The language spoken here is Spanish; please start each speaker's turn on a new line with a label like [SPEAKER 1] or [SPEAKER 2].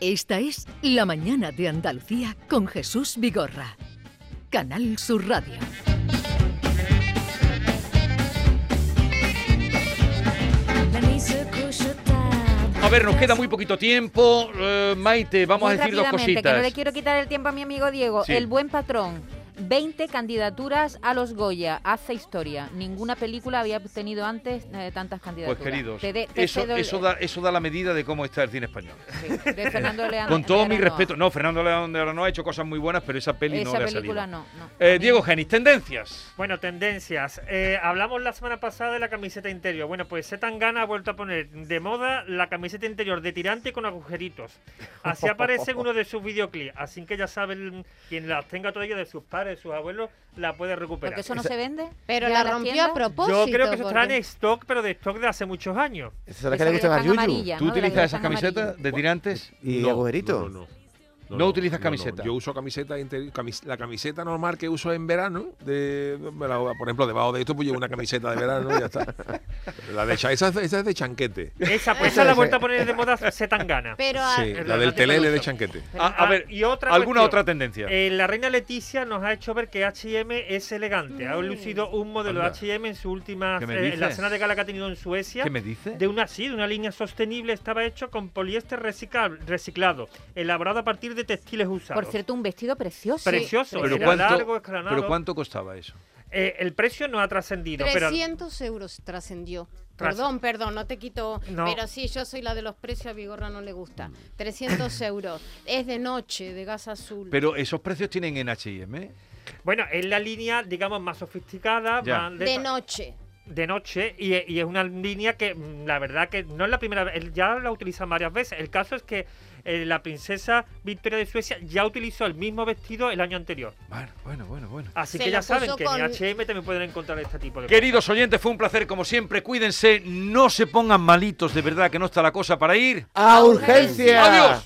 [SPEAKER 1] Esta es La Mañana de Andalucía con Jesús Vigorra. Canal Sur Radio.
[SPEAKER 2] A ver, nos queda muy poquito tiempo. Eh, Maite, vamos
[SPEAKER 3] Muy
[SPEAKER 2] a decir dos
[SPEAKER 3] rápidamente,
[SPEAKER 2] cositas.
[SPEAKER 3] Que no le quiero quitar el tiempo a mi amigo Diego.
[SPEAKER 2] Sí.
[SPEAKER 3] El buen patrón. 20 candidaturas a los Goya. Hace historia. Ninguna película había obtenido antes eh, tantas
[SPEAKER 2] Pues
[SPEAKER 3] candidaturas.
[SPEAKER 2] queridos,
[SPEAKER 3] Te de- te
[SPEAKER 2] eso,
[SPEAKER 3] cedo el-
[SPEAKER 2] eso, da, eso da la medida de cómo está el cine español.
[SPEAKER 3] sí, de Fernando León-
[SPEAKER 2] Con todo mi
[SPEAKER 3] León, no.
[SPEAKER 2] respeto. No, Fernando León de Aranoa ha hecho cosas muy buenas, pero esa peli
[SPEAKER 3] Esa
[SPEAKER 2] no le ha salido.
[SPEAKER 3] película no. no.
[SPEAKER 2] Eh, Diego Genis, tendencias.
[SPEAKER 4] Bueno, tendencias. Eh, hablamos la semana pasada de la camiseta interior. Bueno, pues Zetangana ha vuelto a poner de moda la camiseta interior de tirante con agujeritos. Así aparece en uno de sus videoclips. Así que ya saben, quien las tenga todavía de sus padres, de sus abuelos, la puede recuperar.
[SPEAKER 3] Porque eso no se vende.
[SPEAKER 5] Pero
[SPEAKER 3] ¿Ya
[SPEAKER 5] la
[SPEAKER 3] las
[SPEAKER 5] rompió
[SPEAKER 3] tiendas?
[SPEAKER 5] a propósito.
[SPEAKER 4] Yo creo que eso estará en
[SPEAKER 5] porque-
[SPEAKER 4] stock, pero de stock de hace muchos años.
[SPEAKER 6] Esas son las
[SPEAKER 3] Esa
[SPEAKER 6] que le gustan a
[SPEAKER 3] tan
[SPEAKER 6] Yuyu.
[SPEAKER 3] amarilla,
[SPEAKER 2] ¿Tú
[SPEAKER 3] ¿no? De la
[SPEAKER 2] utilizas
[SPEAKER 3] que
[SPEAKER 2] esas
[SPEAKER 3] tan
[SPEAKER 2] camisetas
[SPEAKER 3] amarilla.
[SPEAKER 2] de tirantes?
[SPEAKER 6] Y
[SPEAKER 7] No,
[SPEAKER 6] agujeritos.
[SPEAKER 7] No, no, no.
[SPEAKER 2] ¿No utilizas camiseta?
[SPEAKER 7] Yo uso camiseta interi- camis- la camiseta normal que uso en verano, de, me la- por ejemplo, debajo de esto pues llevo una camiseta de verano y ya está. La de cha- esa, esa es de chanquete.
[SPEAKER 4] Esa, pues esa la ha vuelto a poner de moda Zetangana.
[SPEAKER 5] Pero a-
[SPEAKER 7] Sí, la
[SPEAKER 4] la
[SPEAKER 7] del
[SPEAKER 4] Ah, que
[SPEAKER 7] telele
[SPEAKER 4] uso.
[SPEAKER 7] de chanquete.
[SPEAKER 2] A, a
[SPEAKER 4] Ah,
[SPEAKER 2] ver,
[SPEAKER 4] y otra
[SPEAKER 2] ¿alguna
[SPEAKER 4] cuestión.
[SPEAKER 2] otra tendencia?
[SPEAKER 4] Eh, la reina Leticia nos ha hecho ver que H&M es elegante. Ha lucido un modelo
[SPEAKER 2] Anda.
[SPEAKER 4] de H&M en su última
[SPEAKER 2] ¿Qué me
[SPEAKER 4] eh, en la
[SPEAKER 2] dices?
[SPEAKER 4] cena de gala que ha tenido en Suecia.
[SPEAKER 2] ¿Qué me dices?
[SPEAKER 4] De una sí, de una línea sostenible estaba hecho con poliéster recicla- reciclado, elaborado a partir de textiles usados.
[SPEAKER 3] Por cierto, un vestido precioso.
[SPEAKER 4] precioso,
[SPEAKER 2] ¿Pero
[SPEAKER 4] era
[SPEAKER 2] cuánto,
[SPEAKER 4] largo, escalonado.
[SPEAKER 2] ¿Pero cuánto costaba eso?
[SPEAKER 4] Eh, el precio no ha trascendido, pero
[SPEAKER 5] 300 euros trascendió.
[SPEAKER 4] Tras-
[SPEAKER 5] Perdón, perdón, no te quito.
[SPEAKER 4] No. Mm.
[SPEAKER 5] Pero sí, yo soy la de los precios, a Vigorra no le gusta. 300 euros. Es de noche, de gas azul.
[SPEAKER 2] Pero esos precios tienen en H&M.
[SPEAKER 4] bueno, es la línea, digamos, más sofisticada,
[SPEAKER 2] Ya.
[SPEAKER 4] más
[SPEAKER 5] de noche.
[SPEAKER 4] de noche y, y es una línea que mm, la verdad que no es la primera vez, él ya la utilizan varias veces. El caso es que eh, la princesa Victoria de Suecia ya utilizó el mismo vestido el año anterior.
[SPEAKER 2] Bueno, bueno, bueno, bueno.
[SPEAKER 4] Así
[SPEAKER 5] Se
[SPEAKER 4] que ya
[SPEAKER 5] lo
[SPEAKER 4] saben
[SPEAKER 5] puso
[SPEAKER 4] que en
[SPEAKER 5] con-
[SPEAKER 4] H&M también pueden encontrar este tipo de cosas.
[SPEAKER 2] Queridos oyentes, fue un placer como siempre. Cuídense, no se pongan malitos de verdad que no está la cosa para ir.
[SPEAKER 6] ¡A ¡Ah, urgencia!
[SPEAKER 2] ¡Adiós!